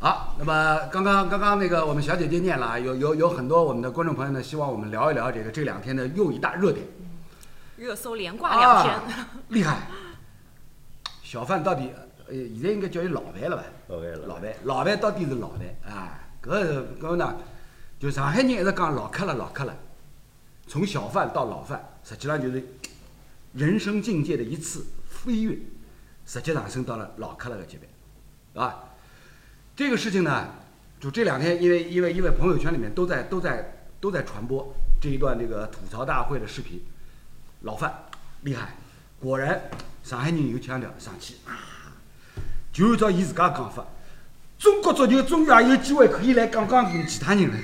好，那么刚刚刚刚那个我们小姐姐念了啊，有有有很多我们的观众朋友呢，希望我们聊一聊这个这两天的又一大热点，热搜连挂两天，啊、厉害。小贩到底，呃，现在应该叫伊老贩了吧？老范了，老范，老范到底是老范啊？搿是搿呢，就上海人一直讲老客了，老客了，从小贩到老贩，实际上就是人生境界的一次飞跃，直接上升到了老客了的级别，啊，这个事情呢，就这两天因为因为因为朋友圈里面都在都在都在传播这一段这个吐槽大会的视频，老范厉害，果然上海人有腔调，上去就按照伊自家讲法，中国足球终于也有机会可以来讲讲其他人了，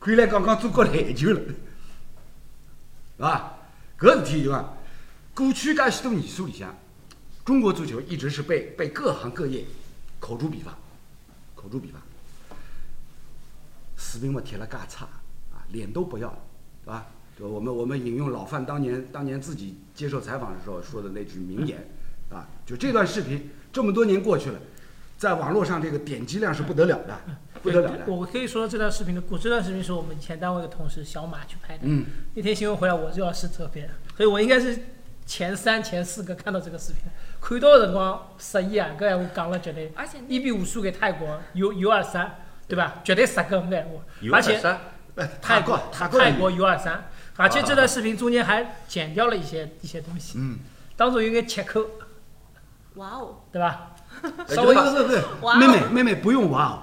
可以来讲讲中国篮球了，是吧？搿事体就讲，过去介许多年数里向，中国足球一直是被被各行各业口诛笔伐，口诛笔伐，水平嘛踢了介差啊，脸都不要了，对吧？就我们我们引用老范当年当年自己接受采访的时候说的那句名言，啊，就这段视频这么多年过去了，在网络上这个点击量是不得了的，不得了的。我可以说这段视频的故事，这段视频是我们以前单位的同事小马去拍的。嗯，那天新闻回来，我就要试这篇，所以我应该是前三、前四个看到这个视频。看到的辰光，十一啊，搿闲话讲了绝对，而且那一比五输给泰国，有有二三，对吧？绝对杀个搿闲有话，二而且三，泰国泰泰国 U 二三，而且这段视频中间还剪掉了一些一些东西，嗯，当做有点切口，哇哦，对吧？稍稍微微不是不是哇，哦妹妹妹妹不用哇哦，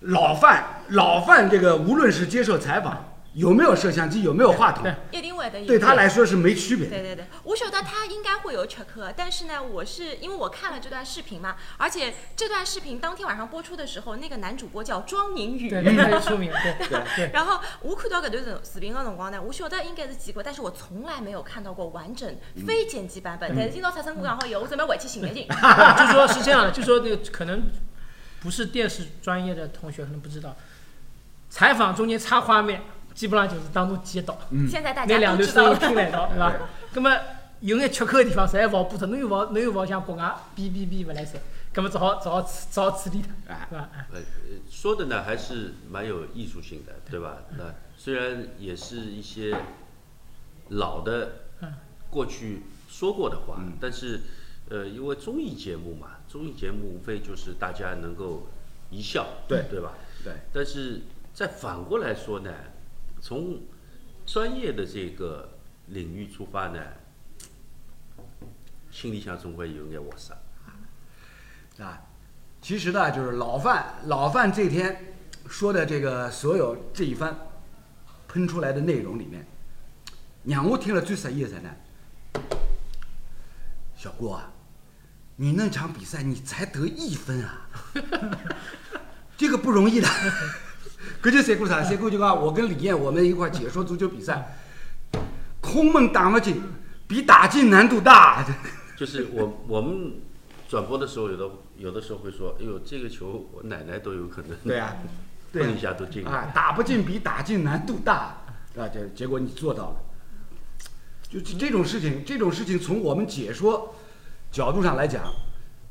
老范老范这个无论是接受采访，有没有摄像机，有没有话筒对，一定会的。对他来说是没区别的。对对对，我晓得他应该会有扯客，但是呢，我是因为我看了这段视频嘛，而且这段视频当天晚上播出的时候，那个男主播叫庄宁宇。对，特别出名，对 对然后我看到搿段视频个辰光呢，我晓得应该是剪过，但是我从来没有看到过完整非剪辑版嗯本。但是今朝出声哥讲好以后，我准备回去寻一寻。对， 就说是这样的，就说那个可能不是电视专业的同学可能不知道，采访中间插画面，基本上就是当中截导，嗯现在大那家两都段知声道音了，听来 到，对吧？那么有眼缺口的地方，实在跑不脱，侬又跑，侬又跑像国外哔哔哔勿来塞，那么只好只好处只好处理它，哎对吧？哎呃，说的呢还是蛮有艺术性的，对吧？那虽然也是一些老的过去说过的话，但是呃，因为综艺节目嘛，综艺节目无非就是大家能够一笑，对对吧？对，但是再反过来说呢，从专业的这个领域出发呢，心里向总会有眼窝塞。啊，其实呢，就是老范老范这天说的这个所有这一番喷出来的内容里面，让我听了最适意的是啥呢？小郭啊，你那场比赛你才得一分啊， 这个不容易的。 搿就三哥啥？三哥就讲我跟李艳我们一块解说足球比赛，空门打不进，比打进难度大。就是我我们转播的时候，有的有的时候会说，哎呦，这个球我奶奶都有可能对啊，对啊碰一下都进了啊，打不进比打进难度大啊！这结果你做到了，就这这种事情，这种事情从我们解说角度上来讲，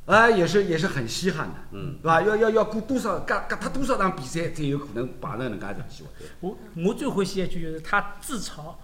哎，也是也是很稀罕的，嗯，是吧？要要要过多少，干干他多少场比赛才有可能把那能干成机会？我我最欢喜的一句就是他自嘲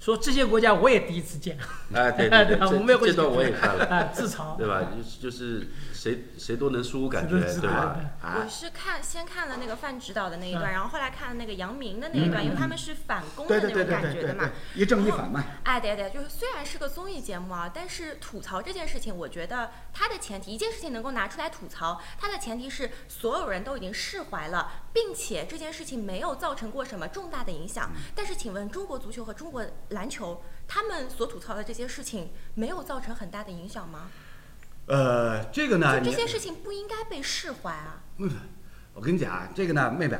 说这些国家我也第一次见，啊，对 哎对吧我没对，这有过去这段我也 看了，哎，自嘲，对吧？就是就是谁谁都能输，感觉谁都知道对吧？ 我是看先看了那个范指导的那一嗯段，然后后来看了那个杨明的那一段，因为他们是反攻的对对嗯那对种对感对觉对的嘛对。，一正一反嘛。哎，对对，就是虽然是个综艺节目啊，但是吐槽这件事情，我觉得它的前提，一件事情能够拿出来吐槽，它的前提是所有人都已经释怀了，并且这件事情没有造成过什么重大的影响。但是，请问中国足球和中国篮球，他们所吐槽的这些事情，没有造成很大的影响吗？呃，这个呢，就这你些事情不应该被释怀啊！妹妹，我跟你讲啊，这个呢，妹妹，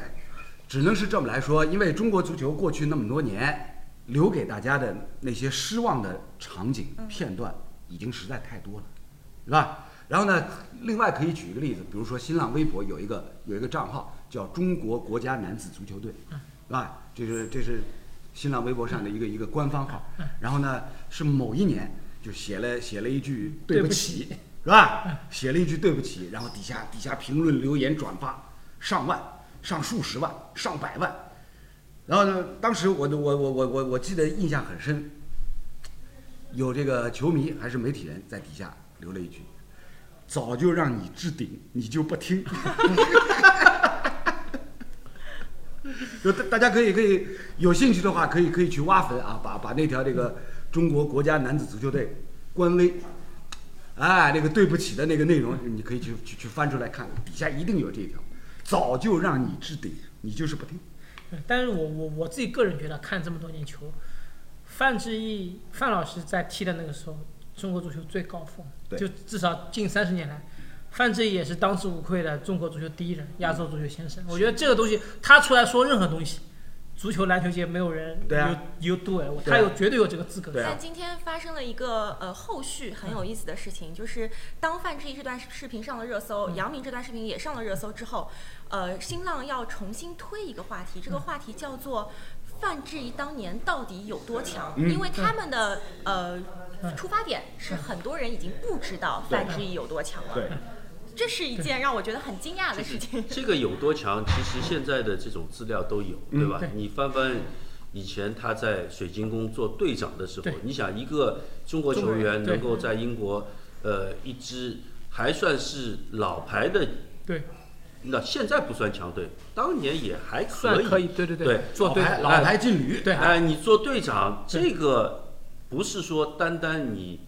只能是这么来说，因为中国足球过去那么多年留给大家的那些失望的场景片段，已经实在太多了，是吧？然后呢，另外可以举一个例子，比如说新浪微博有一个有一个账号叫中国国家男子足球队，嗯是吧？这是这是新浪微博上的一个一个嗯官方号，然后呢是某一年就写了写了一句对对不起起，嗯是吧？写了一句对不起，然后底下底下评论、留言、转发，上万、上数十万、上百万。然后呢，当时我我我我我我记得印象很深，有这个球迷还是媒体人在底下留了一句：“早就让你置顶，你就不听。” 就大大家可以可以有兴趣的话，可以可以去挖坟啊，把把那条这个中国国家男子足球队官微，哎，那个对不起的那个内容，你可以去去去翻出来看看，底下一定有这一条。早就让你置顶，你就是不听。但是我我我自己个人觉得，看这么多年球，范志毅范老师在踢的那个时候，中国足球最高峰，对就至少近三十年来，范志毅也是当之无愧的中国足球第一人，嗯亚洲足球先生。我觉得这个东西，他出来说任何东西，足球、篮球界没有人对啊有有杜伟，对啊他有绝对有这个资格。对啊但今天发生了一个呃后续很有意思的事情，就是当范志毅这段视频上了热搜，嗯杨明这段视频也上了热搜之后，呃，新浪要重新推一个话题，这个话题叫做。范志毅当年到底有多强？嗯因为他们的呃出发点是很多人已经不知道范志毅有多强了，对，这是一件让我觉得很惊讶的事情。这个有多强？其实现在的这种资料都有，对吧？嗯对你翻翻以前他在水晶宫做队长的时候对，你想一个中国中国球人员对能够在英国，呃，一支还算是老牌的，对，那现在不算强队，当年也还算可以，对对对做老对牌啊的老哎牌劲旅，对哎，你做队长，对这个不是说单单你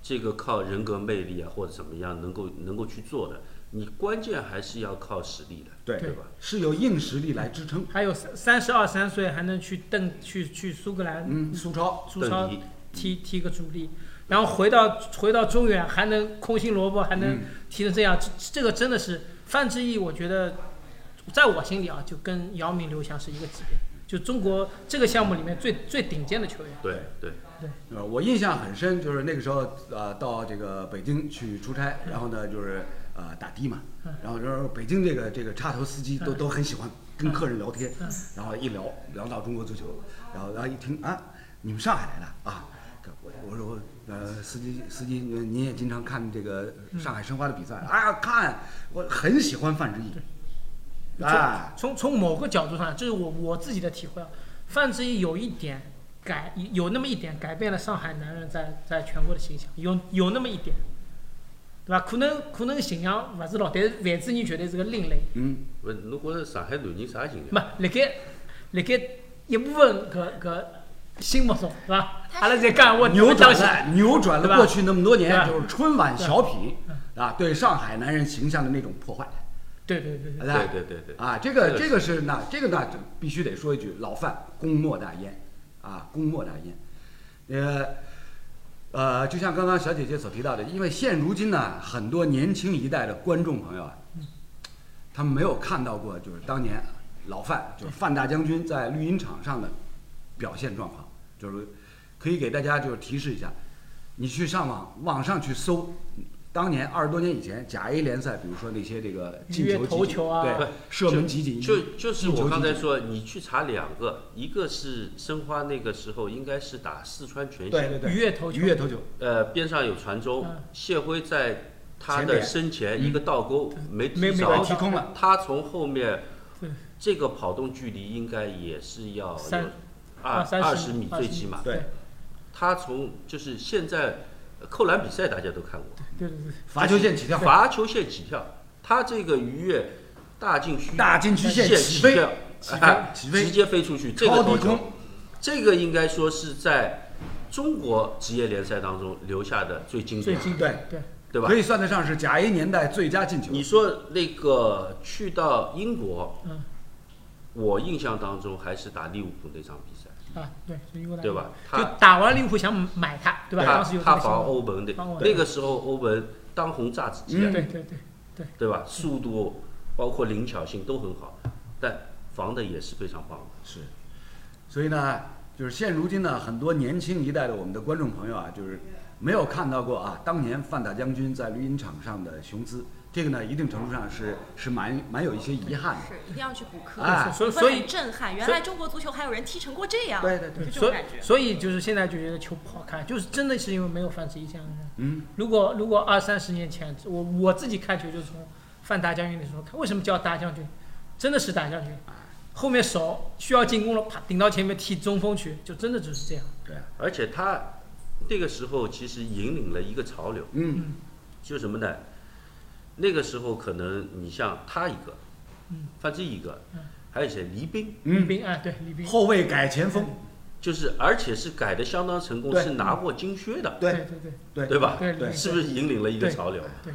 这个靠人格魅力啊或者怎么样能够能够去做的，你关键还是要靠实力的，对对吧？是有硬实力来支撑。还有三三十二三岁还能去邓去去苏格兰、嗯，苏超，苏超邓迪踢踢个主力，然后回到回到中原还能空心萝卜，还嗯能踢成这样，这这个真的是范志毅，我觉得在我心里啊，就跟姚明、刘翔是一个级别，就中国这个项目里面最最顶尖的球员。对对。呃，我印象很深，就是那个时候，呃，到这个北京去出差，然后呢，就是呃打的嘛，然后就是北京这个这个插头司机都都很喜欢跟客人聊天，然后一聊聊到中国足球，然后然后一听啊，你们上海来的啊，我我说呃司机司机呃您也经常看这个上海申花的比赛啊，看我很喜欢范志毅，哎啊，从从某个角度上，这是我我自己的体会啊。范志毅有一点改，有那么一点改变了上海男人在在全国的形象，有有那么一点，对吧？可能可能形象勿是老，但是范志毅绝对是个另类。嗯，勿，侬觉着上海男人啥形没，象？辣盖辣盖一部分搿搿心目中，是吧？他是阿拉在讲我扭转讲起，了，扭转了过去那么多年，对吧就是春晚小品啊，对上海男人形象的那种破坏，对对对对，对吧对对对对，啊，这个这个这个是那这个那就必须得说一句，老范功莫大焉，啊，功莫大焉。呃，呃，就像刚刚小姐姐所提到的，因为现如今呢，很多年轻一代的观众朋友啊，他们没有看到过就是当年老范就是范大将军在绿茵场上的表现状况，就是可以给大家就是提示一下，你去上网网上去搜。当年二十多年以前，甲 A 联赛，比如说那些这个进约球集头锦球啊对不射门集锦，哎就就是进球我刚才集锦说，你去查两个，一个是申花那个时候应该是打四川全对兴，对对，愉悦头球愉悦头球，呃，边上有传中嗯，谢辉在他前的点身前一个倒钩没没踢没对着踢，空了，他从后面嗯对这个跑动距离应该也是要三啊有二三二十十米最起码。对，他从就是现在呃扣篮比赛大家都看过，对对对，罚球线起跳，罚球线起跳，他这个逾越大禁区大禁区线起起飞，跳，起飞哎起飞直接飞出去，这超个低头球空，这个应该说是在中国职业联赛当中留下的最经最典，经典对，对嗯对吧可？以算得上是甲 A 年代最佳进球。你说那个去到英国，嗯我印象当中还是打利物浦那场比赛，啊，对，是英国男对吧？就他打完利物浦想买他，对吧？他当时有这他个想防法，欧文的防欧，文那个时候欧文当红炸子鸡啊嗯，对对对，对吧？速度包括灵巧性都很好，但防的也是非常棒的。是，所以呢，就是现如今呢，很多年轻一代的我们的观众朋友啊，就是没有看到过啊，当年范大将军在绿茵场上的雄姿，这个呢，一定程度上是是蛮蛮有一些遗憾的。是一定要去补课，哎啊所以会所很以震撼。原所以来中国足球还有人踢成过这样，对对对，就这所种以感觉。所以就是现在就觉得球不好看，就是真的是因为没有范志毅这样的人。嗯，如果如果二三十年前，我我自己看球就是从范大将军的时候看，为什么叫大将军？真的是大将军，啊后面手需要进攻了，啪顶到前面踢中锋去，就真的就是这样。对，而且他那个时候其实引领了一个潮流，嗯就什么呢？那个时候可能你像他一个，嗯范志毅一个，还有谁？黎兵，李嗯，斌啊，对李斌，后卫改前锋，就是而且是改的相当成功，对是拿过金靴的，对对对对对对吧？对嗯对是不是引领了一个潮流？对，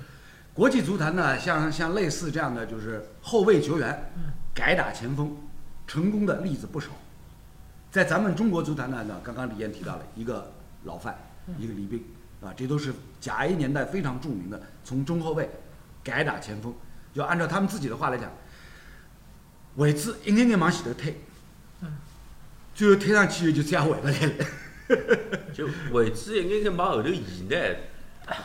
国际足坛呢，像像类似这样的就是后卫球员改打前锋，成功的例子不少。在咱们中国足坛呢，刚刚李燕提到了一个老范，一个李斌，啊，这都是甲 A 年代非常著名的，从中后卫改打前锋。就按照他们自己的话来讲，位置一眼眼往前头推，最后推上去就这样回不来了。就位置一眼眼往后头移呢，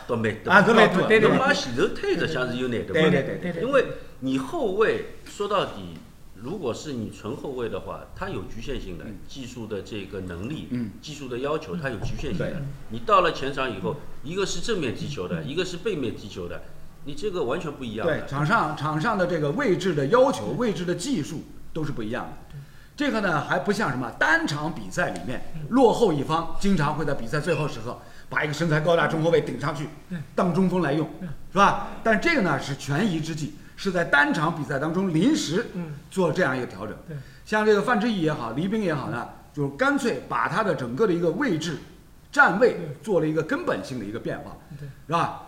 都没得。啊，都来多，对对侬对往前头推着，像是有难度对嘛。对对对对因为你后卫说到底，如果是你纯后卫的话，他有局限性的，技术的这个能力，嗯技术的要求，他有局限性对的。你到了前场以后，一个是正面踢球的，一个是背面踢球的，你这个完全不一样对，的。嗯场上场上的这个位置的要求、位置的技术都是不一样的。这个呢，还不像什么单场比赛里面落后一方，经常会在比赛最后时刻把一个身材高大中后卫顶上去，当中锋来用，是吧？但这个呢是权宜之计，是在单场比赛当中临时嗯做这样一个调整。对，像这个范志毅也好，黎兵也好呢，就是干脆把他的整个的一个位置、站位做了一个根本性的一个变化，对是吧？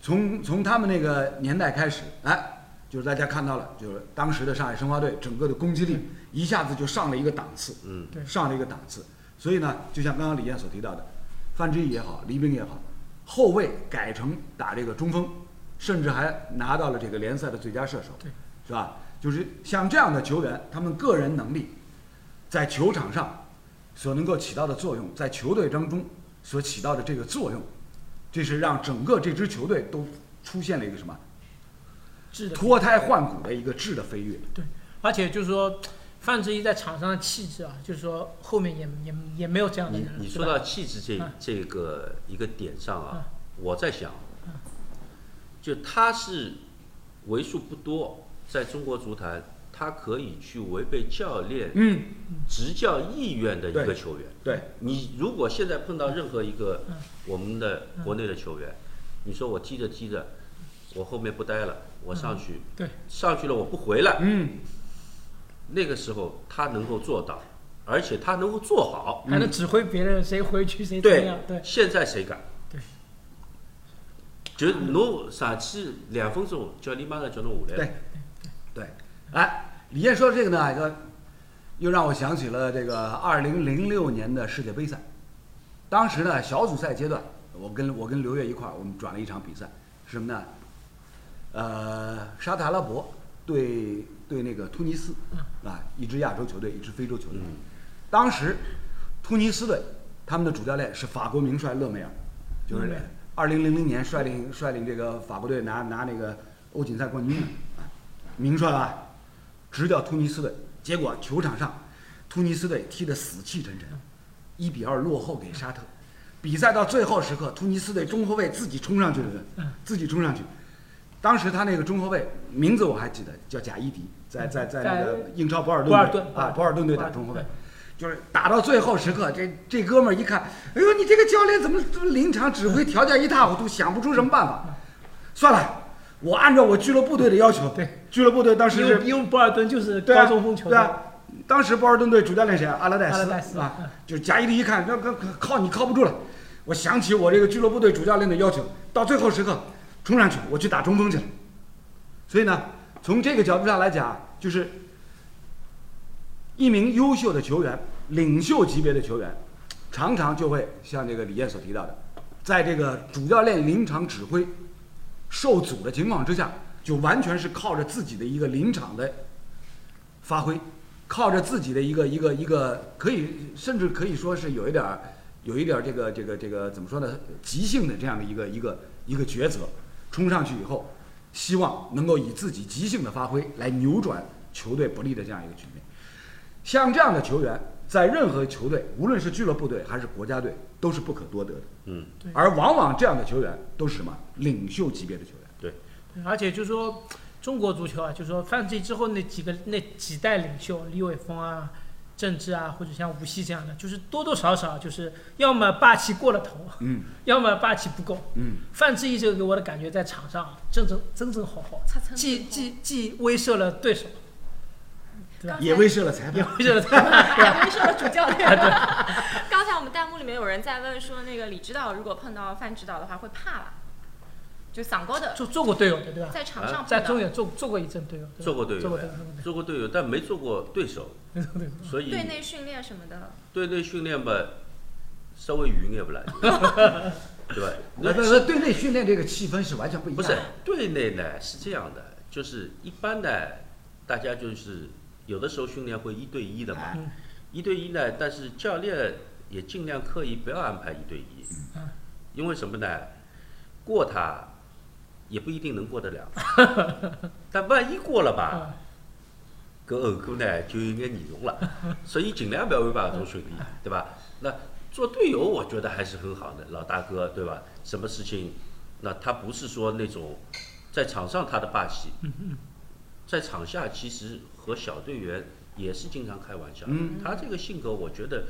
从从他们那个年代开始，哎，就是大家看到了，就是当时的上海申花队整个的攻击力一下子就上了一个档次，嗯，对上了一个档次。所以呢，就像刚刚李燕所提到的，范志毅也好，黎兵也好，后卫改成打这个中锋，甚至还拿到了这个联赛的最佳射手，对是吧？就是像这样的球员，他们个人能力在球场上所能够起到的作用，在球队当中所起到的这个作用，这是让整个这支球队都出现了一个什么质的。脱胎换骨的一个质的飞跃。对，而且就是说，范志毅在场上的气质啊，就是说后面也也也没有这样的你人。你嗯是说吧到气质这嗯这个一个点上嗯啊，我在想，就他是为数不多在中国足坛，他可以去违背教练嗯，执教意愿的一个对球员。对，你如果现在碰到任何一个嗯我们的国内的球员，你说我踢着踢着，我后面不待了，我上去，嗯对上去了我不回来，嗯，那个时候他能够做到，而且他能够做好。还能指挥别人谁回去谁怎么对样，对，现在谁敢？对，就侬上去两分钟，教练马上叫侬下来。对，对，哎，李燕说这个呢，就又让我想起了这个二零零六年的世界杯赛。当时呢，小组赛阶段，我跟我跟刘越一块儿，我们转了一场比赛，是什么呢？呃，沙特阿拉伯对对那个突尼斯嗯啊，一支亚洲球队，一支非洲球队。当时突尼斯队他们的主教练是法国名帅勒梅尔，就勒梅是尔二零零零年率领率领这个法国队拿拿那个欧锦赛冠军的啊名帅啊，执教突尼斯队，结果球场上突尼斯队踢得死气沉沉，一比二落后给沙特。比赛到最后时刻，突尼斯队中后卫自己冲上去嗯了，自己冲上去。当时他那个中后卫名字我还记得，叫贾伊迪，在在在那个在英超博尔顿博尔队顿啊，博尔顿队打博尔顿中后卫，就是打到最后时刻，这这哥们儿一看，哎呦，你这个教练怎么这么临场指挥调教一塌糊涂，想不出什么办法。算了，我按照我俱乐部队的要求，对，俱乐部队当时因是为因为博尔顿就是对啊，高中锋球对员，啊。当时波尔顿队主教练谁啊？阿拉戴斯阿拉戴斯啊嗯，就是贾伊迪一看，那那那靠你靠不住了，我想起我这个俱乐部队主教练的要求，到最后时刻冲上去，我去打中锋去了。所以呢，从这个角度上来讲，啊就是一名优秀的球员，领袖级别的球员，常常就会像这个李燕所提到的，在这个主教练临场指挥受阻的情况之下，就完全是靠着自己的一个临场的发挥，靠着自己的一个一个一个，可以甚至可以说是有一点儿，有一点儿这个这个这个怎么说呢，即兴的这样的一个一个一个抉择，冲上去以后，希望能够以自己即兴的发挥来扭转球队不利的这样一个局面。像这样的球员，在任何球队，无论是俱乐部队还是国家队，都是不可多得的。嗯，对而往往这样的球员都是什么领袖级别的球员。对，而且就是说，中国足球啊，就是说范志毅之后那几个那几代领袖，李玮峰啊、郑智啊，或者像无锡这样的，就是多多少少就是要么霸气过了头， 嗯要么霸气不够。嗯，范志毅这个给我的感觉，在场上正正正正好好，他曾既既既威慑了 对手，对吧刚才也威慑了裁也判。威慑了他。还威慑了主教 练。刚才我们弹幕里面有人在问说，那个李指导如果碰到范指导的话会怕吧？就嗓高的做做过队友的，对吧？在场上在碰到中远做做过一阵队友，对吧啊做过队做友过呀队友，做过队做过队友嗯友，但没做过对手，做过队友。 所以对内训练什么的，对内训练吧，稍微匀眼不 来，对吧？那那那对内训练这个气氛是完全不一不样是的。队内呢是这样的，就是一般呢，大家就是有的时候训练会一对一的嘛，嗯一对一呢，但是教练也尽量刻意不要安排一对一，嗯因为什么呢？过他也不一定能过得 了，但万一过了吧，搿后果呢就有眼严重了，所以尽量不要安排搿种训练，对吧？那做队友我觉得还是很好的，老大哥，对吧？什么事情，那他不是说那种在场上他的霸气，在场下其实和小队员也是经常开玩笑，嗯他这个性格我觉得。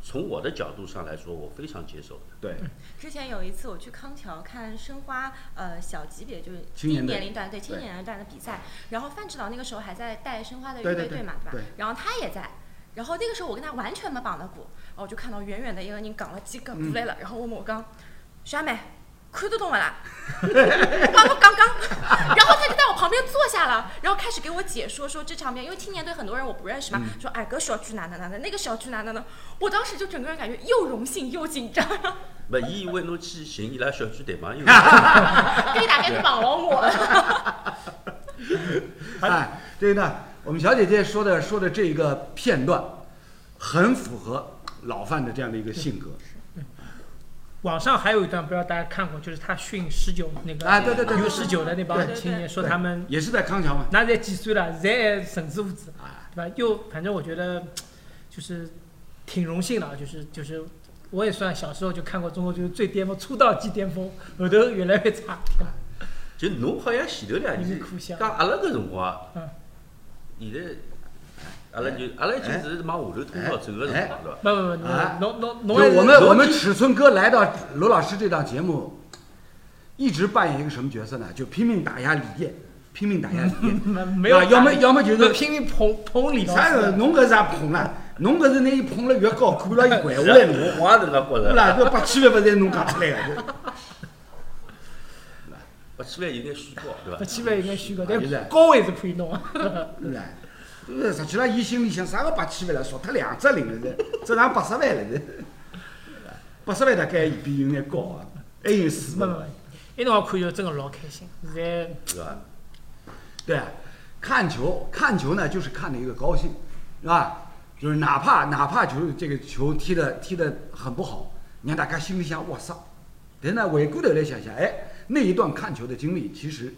从我的角度上来说，我非常接受的。对，之前有一次我去康桥看申花呃小级别就是青低年队年龄段对青对年龄段的比赛，然后范指导那个时候还在带申花的预对对备队对嘛，吧对？然后他也在。然后那个时候我跟他完全没绑得过，然后我就看到远远的一个人扛了几个过来了，然后我问我讲，小妹，看得懂不啦？帮我讲讲。然后他就在我旁边坐下了，然后开始给我解说说这场面，因为青年队很多人我不认识嘛，说哎，搿小区哪哪哪哪，那个小区哪哪哪，我当时就整个人感觉又荣幸又紧张，不，伊为侬去寻伊拉小区对朋友，可以大概是绑牢我。哎，这个呢，我们小姐姐说的说的这一个片段，很符合老范的这样的一个性格。网上还有一段，不知道大家看过，就是他训十九那个啊对对对对 U 十九的那对帮对对青年，说他们也是在康桥嘛。那才几岁了，现在还神志无知，啊，对吧？又反正我觉得就是挺荣幸的啊，就是就是我也算小时候就看过中国就是最巅峰出道即巅峰，后头越来越差。啊就侬好像前头两你年是苦相讲阿拉搿辰光啊嗯，现在阿拉就阿拉已经是往下头通道走个辰光对伐？不不不，哎侬侬就侬还是我们我我们尺寸哥来到罗老师这档节目，一直扮演一个什么角色呢？就拼命打压李艳，拼命打压李 艳。没没有啊打，要么要么就是拼命捧捧李老啥师个侬搿是啥捧了？侬搿是拿伊捧了越高，管了 伊掼下来侬，哎我我也是搿能介觉对着，啦？搿八千万勿是侬讲出来个，八千万有眼虚高对不伐？基本应该虚构，啊现在但高位是可以弄啊。对啦？呃，实际上伊心里想啥个八千万了，少脱两只零 了是，这上八十万了是，八十万大概比有眼高啊，还有四没万没。没，一辰光看球真的老开心，现在。对伐？对，啊看球看球呢，就是看的一个高兴，是吧？就是哪怕哪怕球这个球踢的踢的很不好，让大家心里想哇塞，但呢回过头来想想，哎，那一段看球的经历其实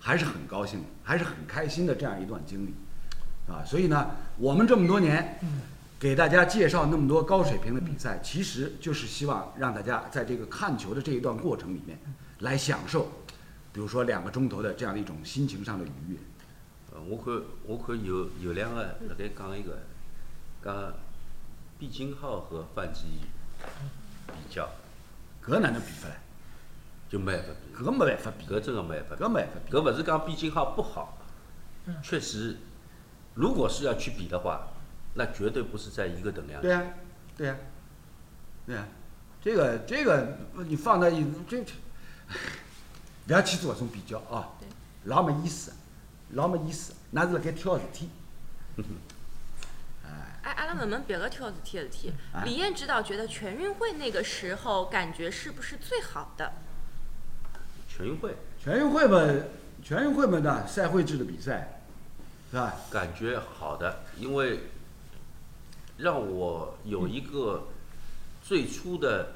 还是很高兴的，还是很开心的这样一段经历，啊，所以呢，我们这么多年。给大家介绍那么多高水平的比赛，其实就是希望让大家在这个看球的这一段过程里面，来享受，比如说两个钟头的这样的一种心情上的愉悦。呃我看我看有有两个辣盖讲一个，讲毕金浩和范志毅比较，搿哪能比法嘞？就没办法比。搿没办法比，搿真个没办法搿没办法比，搿勿是讲毕竟号不好，确实，如果是要去比的话，那绝对不是在一个等量比。。对啊，对啊，对啊，这个这个你放在一这，这不要去做这种比较啊，老没意思，老没意思，那是辣盖挑事体。哎，阿拉问问别个挑事体的事体啊。李艳指导觉得全运会那个时候感觉是不是最好的？全运会全运会嘛，全运会嘛呢，赛会制的比赛，是吧？感觉好的，因为让我有嗯一个最初的，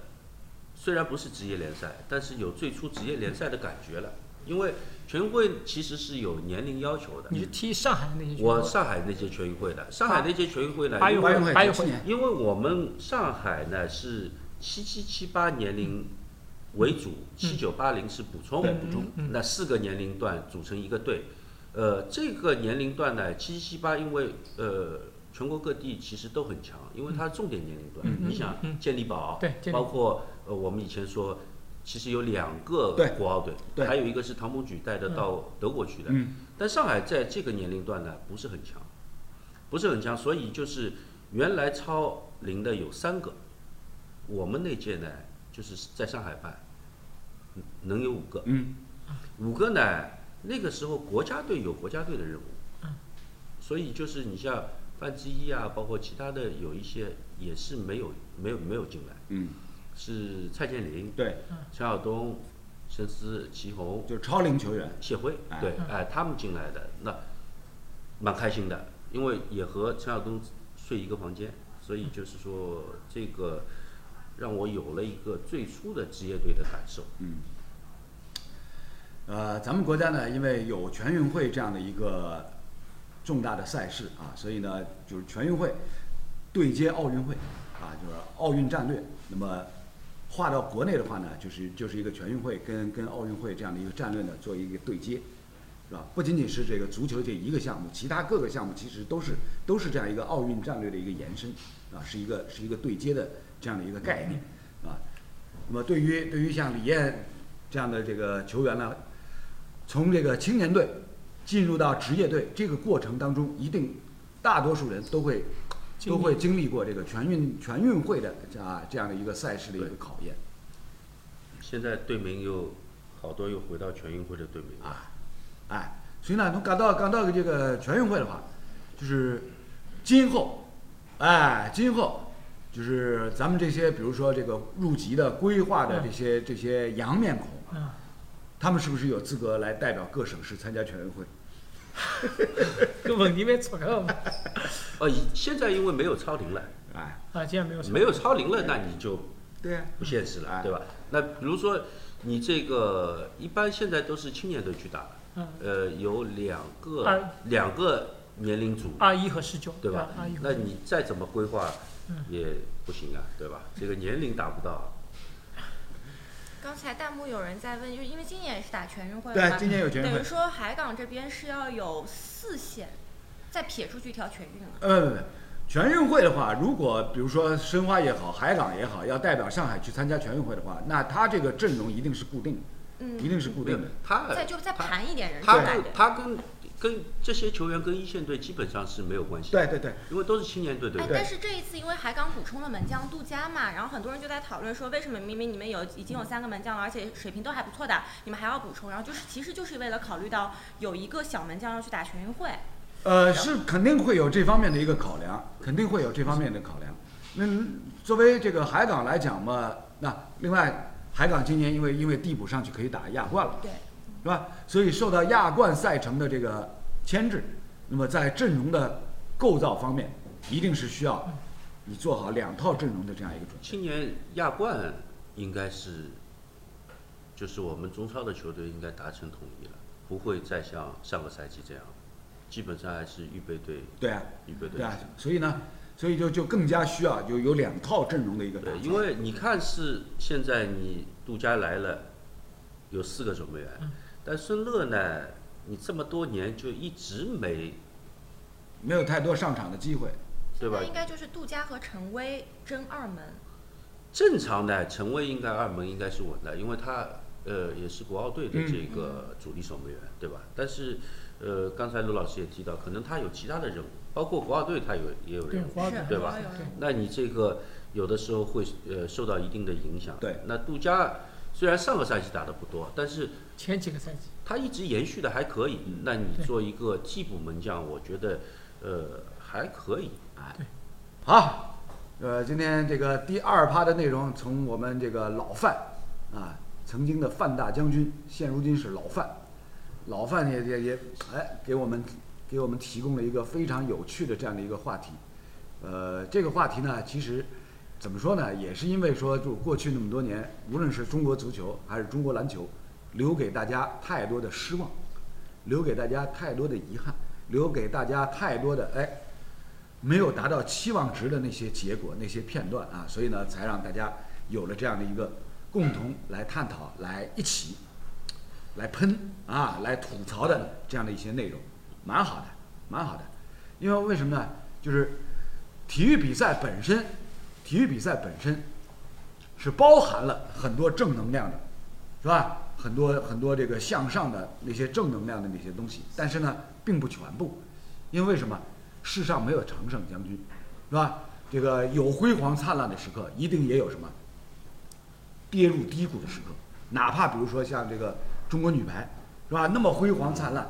虽然不是职业联赛，但是有最初职业联赛的感觉了。因为全运会其实是有年龄要求的。你是踢上海的那些球我员，上海那届全运会的，上海那届全运会呢，八因运八为会运会八九运七会年，因为我们上海呢是七七七八年龄为主，七九八零是补充，对补充那四个年龄段组成一个队。呃，这个年龄段呢，七七七八，因为呃全国各地其实都很强，因为它重点年龄段。嗯你想嗯，健力宝，对健力包括呃我们以前说，其实有两个对国奥队，对还有一个是唐鹏举带的到德国去的。嗯，但上海在这个年龄段呢不是很强，不是很强，所以就是原来超龄的有三个，我们那届呢就是在上海办，嗯能有五个，嗯，五个呢那个时候国家队有国家队的任务，所以就是你像范志毅啊，包括其他的有一些也是没有没有没有进来，嗯，是蔡健林、对，陈晓东、申思、祁宏、就是超龄球员，谢辉哎，对，哎，他们进来的那蛮开心的，因为也和陈晓东睡一个房间，所以就是说这个让我有了一个最初的职业队的感受。呃，咱们国家呢，因为有全运会这样的一个重大的赛事啊，所以呢，就是全运会对接奥运会啊，就是奥运战略。那么划到国内的话呢，就是就是一个全运会跟跟奥运会这样的一个战略呢，做一个对接，是吧？不仅仅是这个足球这一个项目，其他各个项目其实都是都是这样一个奥运战略的一个延伸啊，是一个是一个对接的这样的一个概念啊。那么对于对于像李艳这样的这个球员呢，从这个青年队进入到职业队这个过程当中，一定大多数人都会经历都会经历过这个全运全运会的啊这样的一个赛事的一个对考验现在队名又好多又回到全运会的队名了，啊，哎，所以呢，侬讲到讲到这个全运会的话，就是今后，哎，今后就是咱们这些比如说这个入籍的规划的这些这些洋面孔，嗯，他们是不是有资格来代表各省市参加全运会？跟问题没错个嘛，哦，以现在因为没有超龄了，哎，啊，竟然没有什么没有超龄了，那你就对啊，不现实了，哎对吧？那比如说你这个一般现在都是青年队去打嗯了，呃，有两个二两个年龄组。二一和十九，啊对吧啊二一？那和你再怎么规划嗯也不行啊，对吧？这个年龄达不到，刚才弹幕有人在问，就是因为今年也是打全运会了对，嘛，今年有全运等会于。说海港这边是要有四线，再撇出去一条全运了。呃，不不不，全运会的话，如果比如说申花也好，海港也好，要代表上海去参加全运会的话，那他这个阵容一定是固定的，一嗯，定是固没有定的。他再就再他盘一点人出他来跟的。他跟跟这些球员跟一线队基本上是没有关系，对，对对，因为都是青年队，对哎不，对？但是这一次因为海港补充了门将杜佳嘛，然后很多人就在讨论说，为什么明明你们有已经有三个门将了，而且水平都还不错的，你们还要补充？然后就是其实就是为了考虑到有一个小门将要去打全运会，呃，是肯定会有这方面的一个考量，肯定会有这方面的考量。那作为这个海港来讲嘛，那另外海港今年因为因为递补上去可以打亚冠了，对，是吧？所以受到亚冠赛程的这个牵制，那么在阵容的构造方面，一定是需要你做好两套阵容的这样一个准备。青年亚冠应该是，就是我们中超的球队应该达成统一了，不会再像上个赛季这样，基本上还是预备队对啊，预备队对啊，所以呢，所以就就更加需要有有两套阵容的一个打对，法。因为你看是现在你杜佳来了，有四个守门员，嗯但孙乐呢，你这么多年就一直没，没有太多上场的机会，对吧那应该就是杜佳和陈威争二门，正常呢，陈威应该二门应该是稳的，因为他呃也是国奥队的嗯这个主力守门员，对吧？但是呃，刚才卢老师也提到，可能他有其他的任务，包括国奥队他有也有对任务，国奥是队对吧有有有那你这个有的时候会呃受到一定的影响。对，那杜佳虽然上个赛季打的不多，但是前几个赛季，他一直延续的还可以。那你对做一个替补门将，我觉得，呃，还可以。哎，好，呃，今天这个第二趴的内容，从我们这个老范啊，曾经的范大将军，现如今是老范，老范也也也，哎，给我们给我们提供了一个非常有趣的这样的一个话题。呃，这个话题呢，其实怎么说呢，也是因为说，就过去那么多年，无论是中国足球还是中国篮球，留给大家太多的失望，留给大家太多的遗憾，留给大家太多的哎没有达到期望值的那些结果、那些片段啊，所以呢，才让大家有了这样的一个共同来探讨、来一起、来喷啊、来吐槽的这样的一些内容，蛮好的，蛮好的。因为为什么呢？就是体育比赛本身，体育比赛本身是包含了很多正能量的，是吧？很多很多这个向上的那些正能量的那些东西，但是呢，并不全部，因为什么？世上没有常胜将军，是吧？这个有辉煌灿烂的时刻，一定也有什么跌入低谷的时刻。哪怕比如说像这个中国女排，是吧？那么辉煌灿烂，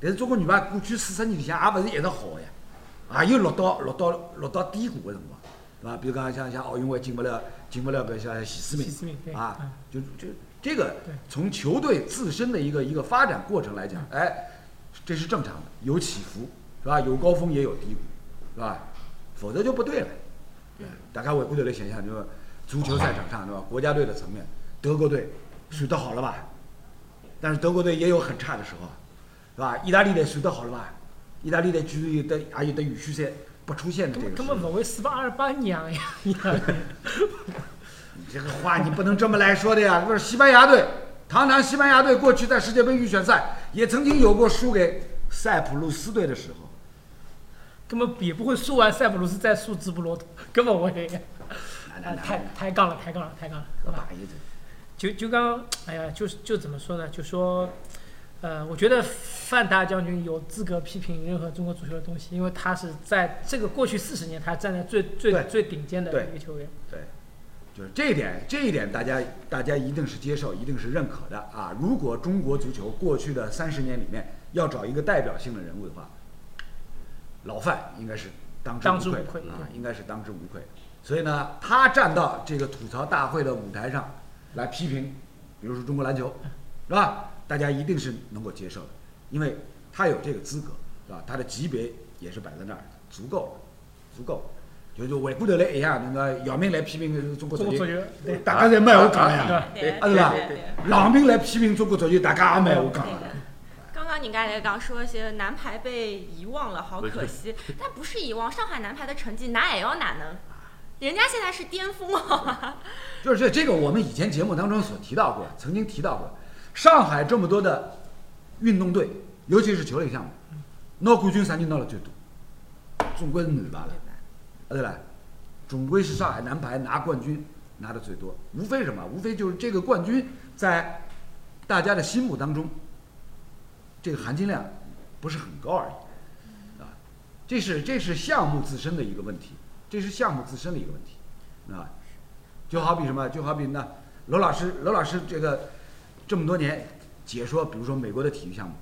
但是中国女排过去四十年里向也勿是一直好呀，也有落到落到落到低谷的辰光，对吧？比如讲像像奥运会进不了进不了个像前前四四名对名啊嗯，就就这个对从球队自身的一个一个发展过程来讲，哎，这是正常的，有起伏是吧？有高峰也有低谷，是吧？否则就不对了。对，哎大家回过头来想想，就是足球赛场上对吧？国家队的层面，德国队选得好了吧？但是德国队也有很差的时候，啊是吧？意大利队选得好了吧？意大利队居然有的也有的预选赛不出现的这个时根本根候本，勿会输拨阿尔巴尼亚呀！ 你这个话你不能这么来说的呀！不是西班牙队，堂堂西班牙队过去在世界杯预选赛也曾经有过输给塞浦路斯队的时候，根本也不会输完塞浦路斯再输直布罗陀，根本不会。那那啊，那抬抬杠了，抬杠了，抬杠了，那好吧？把一阵。就就刚，哎呀，就是就怎么说呢？就说，呃，我觉得范大将军有资格批评任何中国足球的东西，因为他是在这个过去四十年，他站在最最对最顶尖的对一个球员。对，就是这一点，这一点大家大家一定是接受，一定是认可的啊！如果中国足球过去的三十年里面要找一个代表性的人物的话，老范应该是当当之之无无愧愧的啊，对应该是当之无愧。所以呢，他站到这个吐槽大会的舞台上来批评，比如说中国篮球，是吧？大家一定是能够接受的，因为他有这个资格，是吧？他的级别也是摆在那儿，足够了，足够了。就是回过头来一哎样，那个姚明来批评中国中足国球足，球，对大家侪骂我讲了对呀。吧？哎对啊对吧对对对郎平来批评中国足球，大家也骂我讲对了的。刚刚你刚才刚说一些男排被遗忘了，好可惜。但不是遗忘，上海男排的成绩拿也要拿呢，人家现在是巅峰啊！就是这个，我们以前节目当中所提到过，曾经提到过，上海这么多的运动队，尤其是球类项目，拿冠军啥人拿了最多？总归是男排了，啊对了，总归是上海男排拿冠军拿的最多，无非什么？无非就是这个冠军在大家的心目当中，这个含金量不是很高而已，啊，这是这是项目自身的一个问题，这是项目自身的一个问题，啊。就好比什么？就好比那罗老师，罗老师这个这么多年解说，比如说美国的体育项目，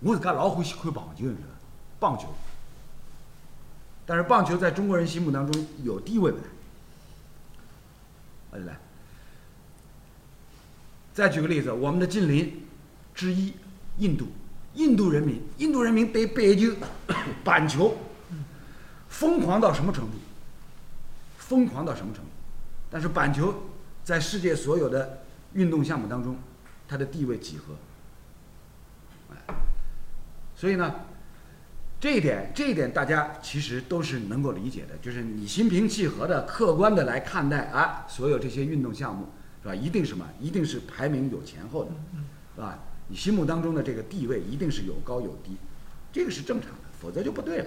我自家老欢喜看棒球，你知道吧？棒球。但是棒球在中国人心目当中有地位不呢？哎来，再举个例子，我们的近邻之一印度，印度人民，印度人民对板球、 板球疯狂到什么程度？疯狂到什么程度？但是板球在世界所有的运动项目当中，它的地位几何？哎所以呢，这一点，这一点大家其实都是能够理解的，就是你心平气和的、客观的来看待啊，所有这些运动项目，是吧？一定什么？一定是排名有前后的，是吧？你心目当中的这个地位一定是有高有低，这个是正常的，否则就不对了。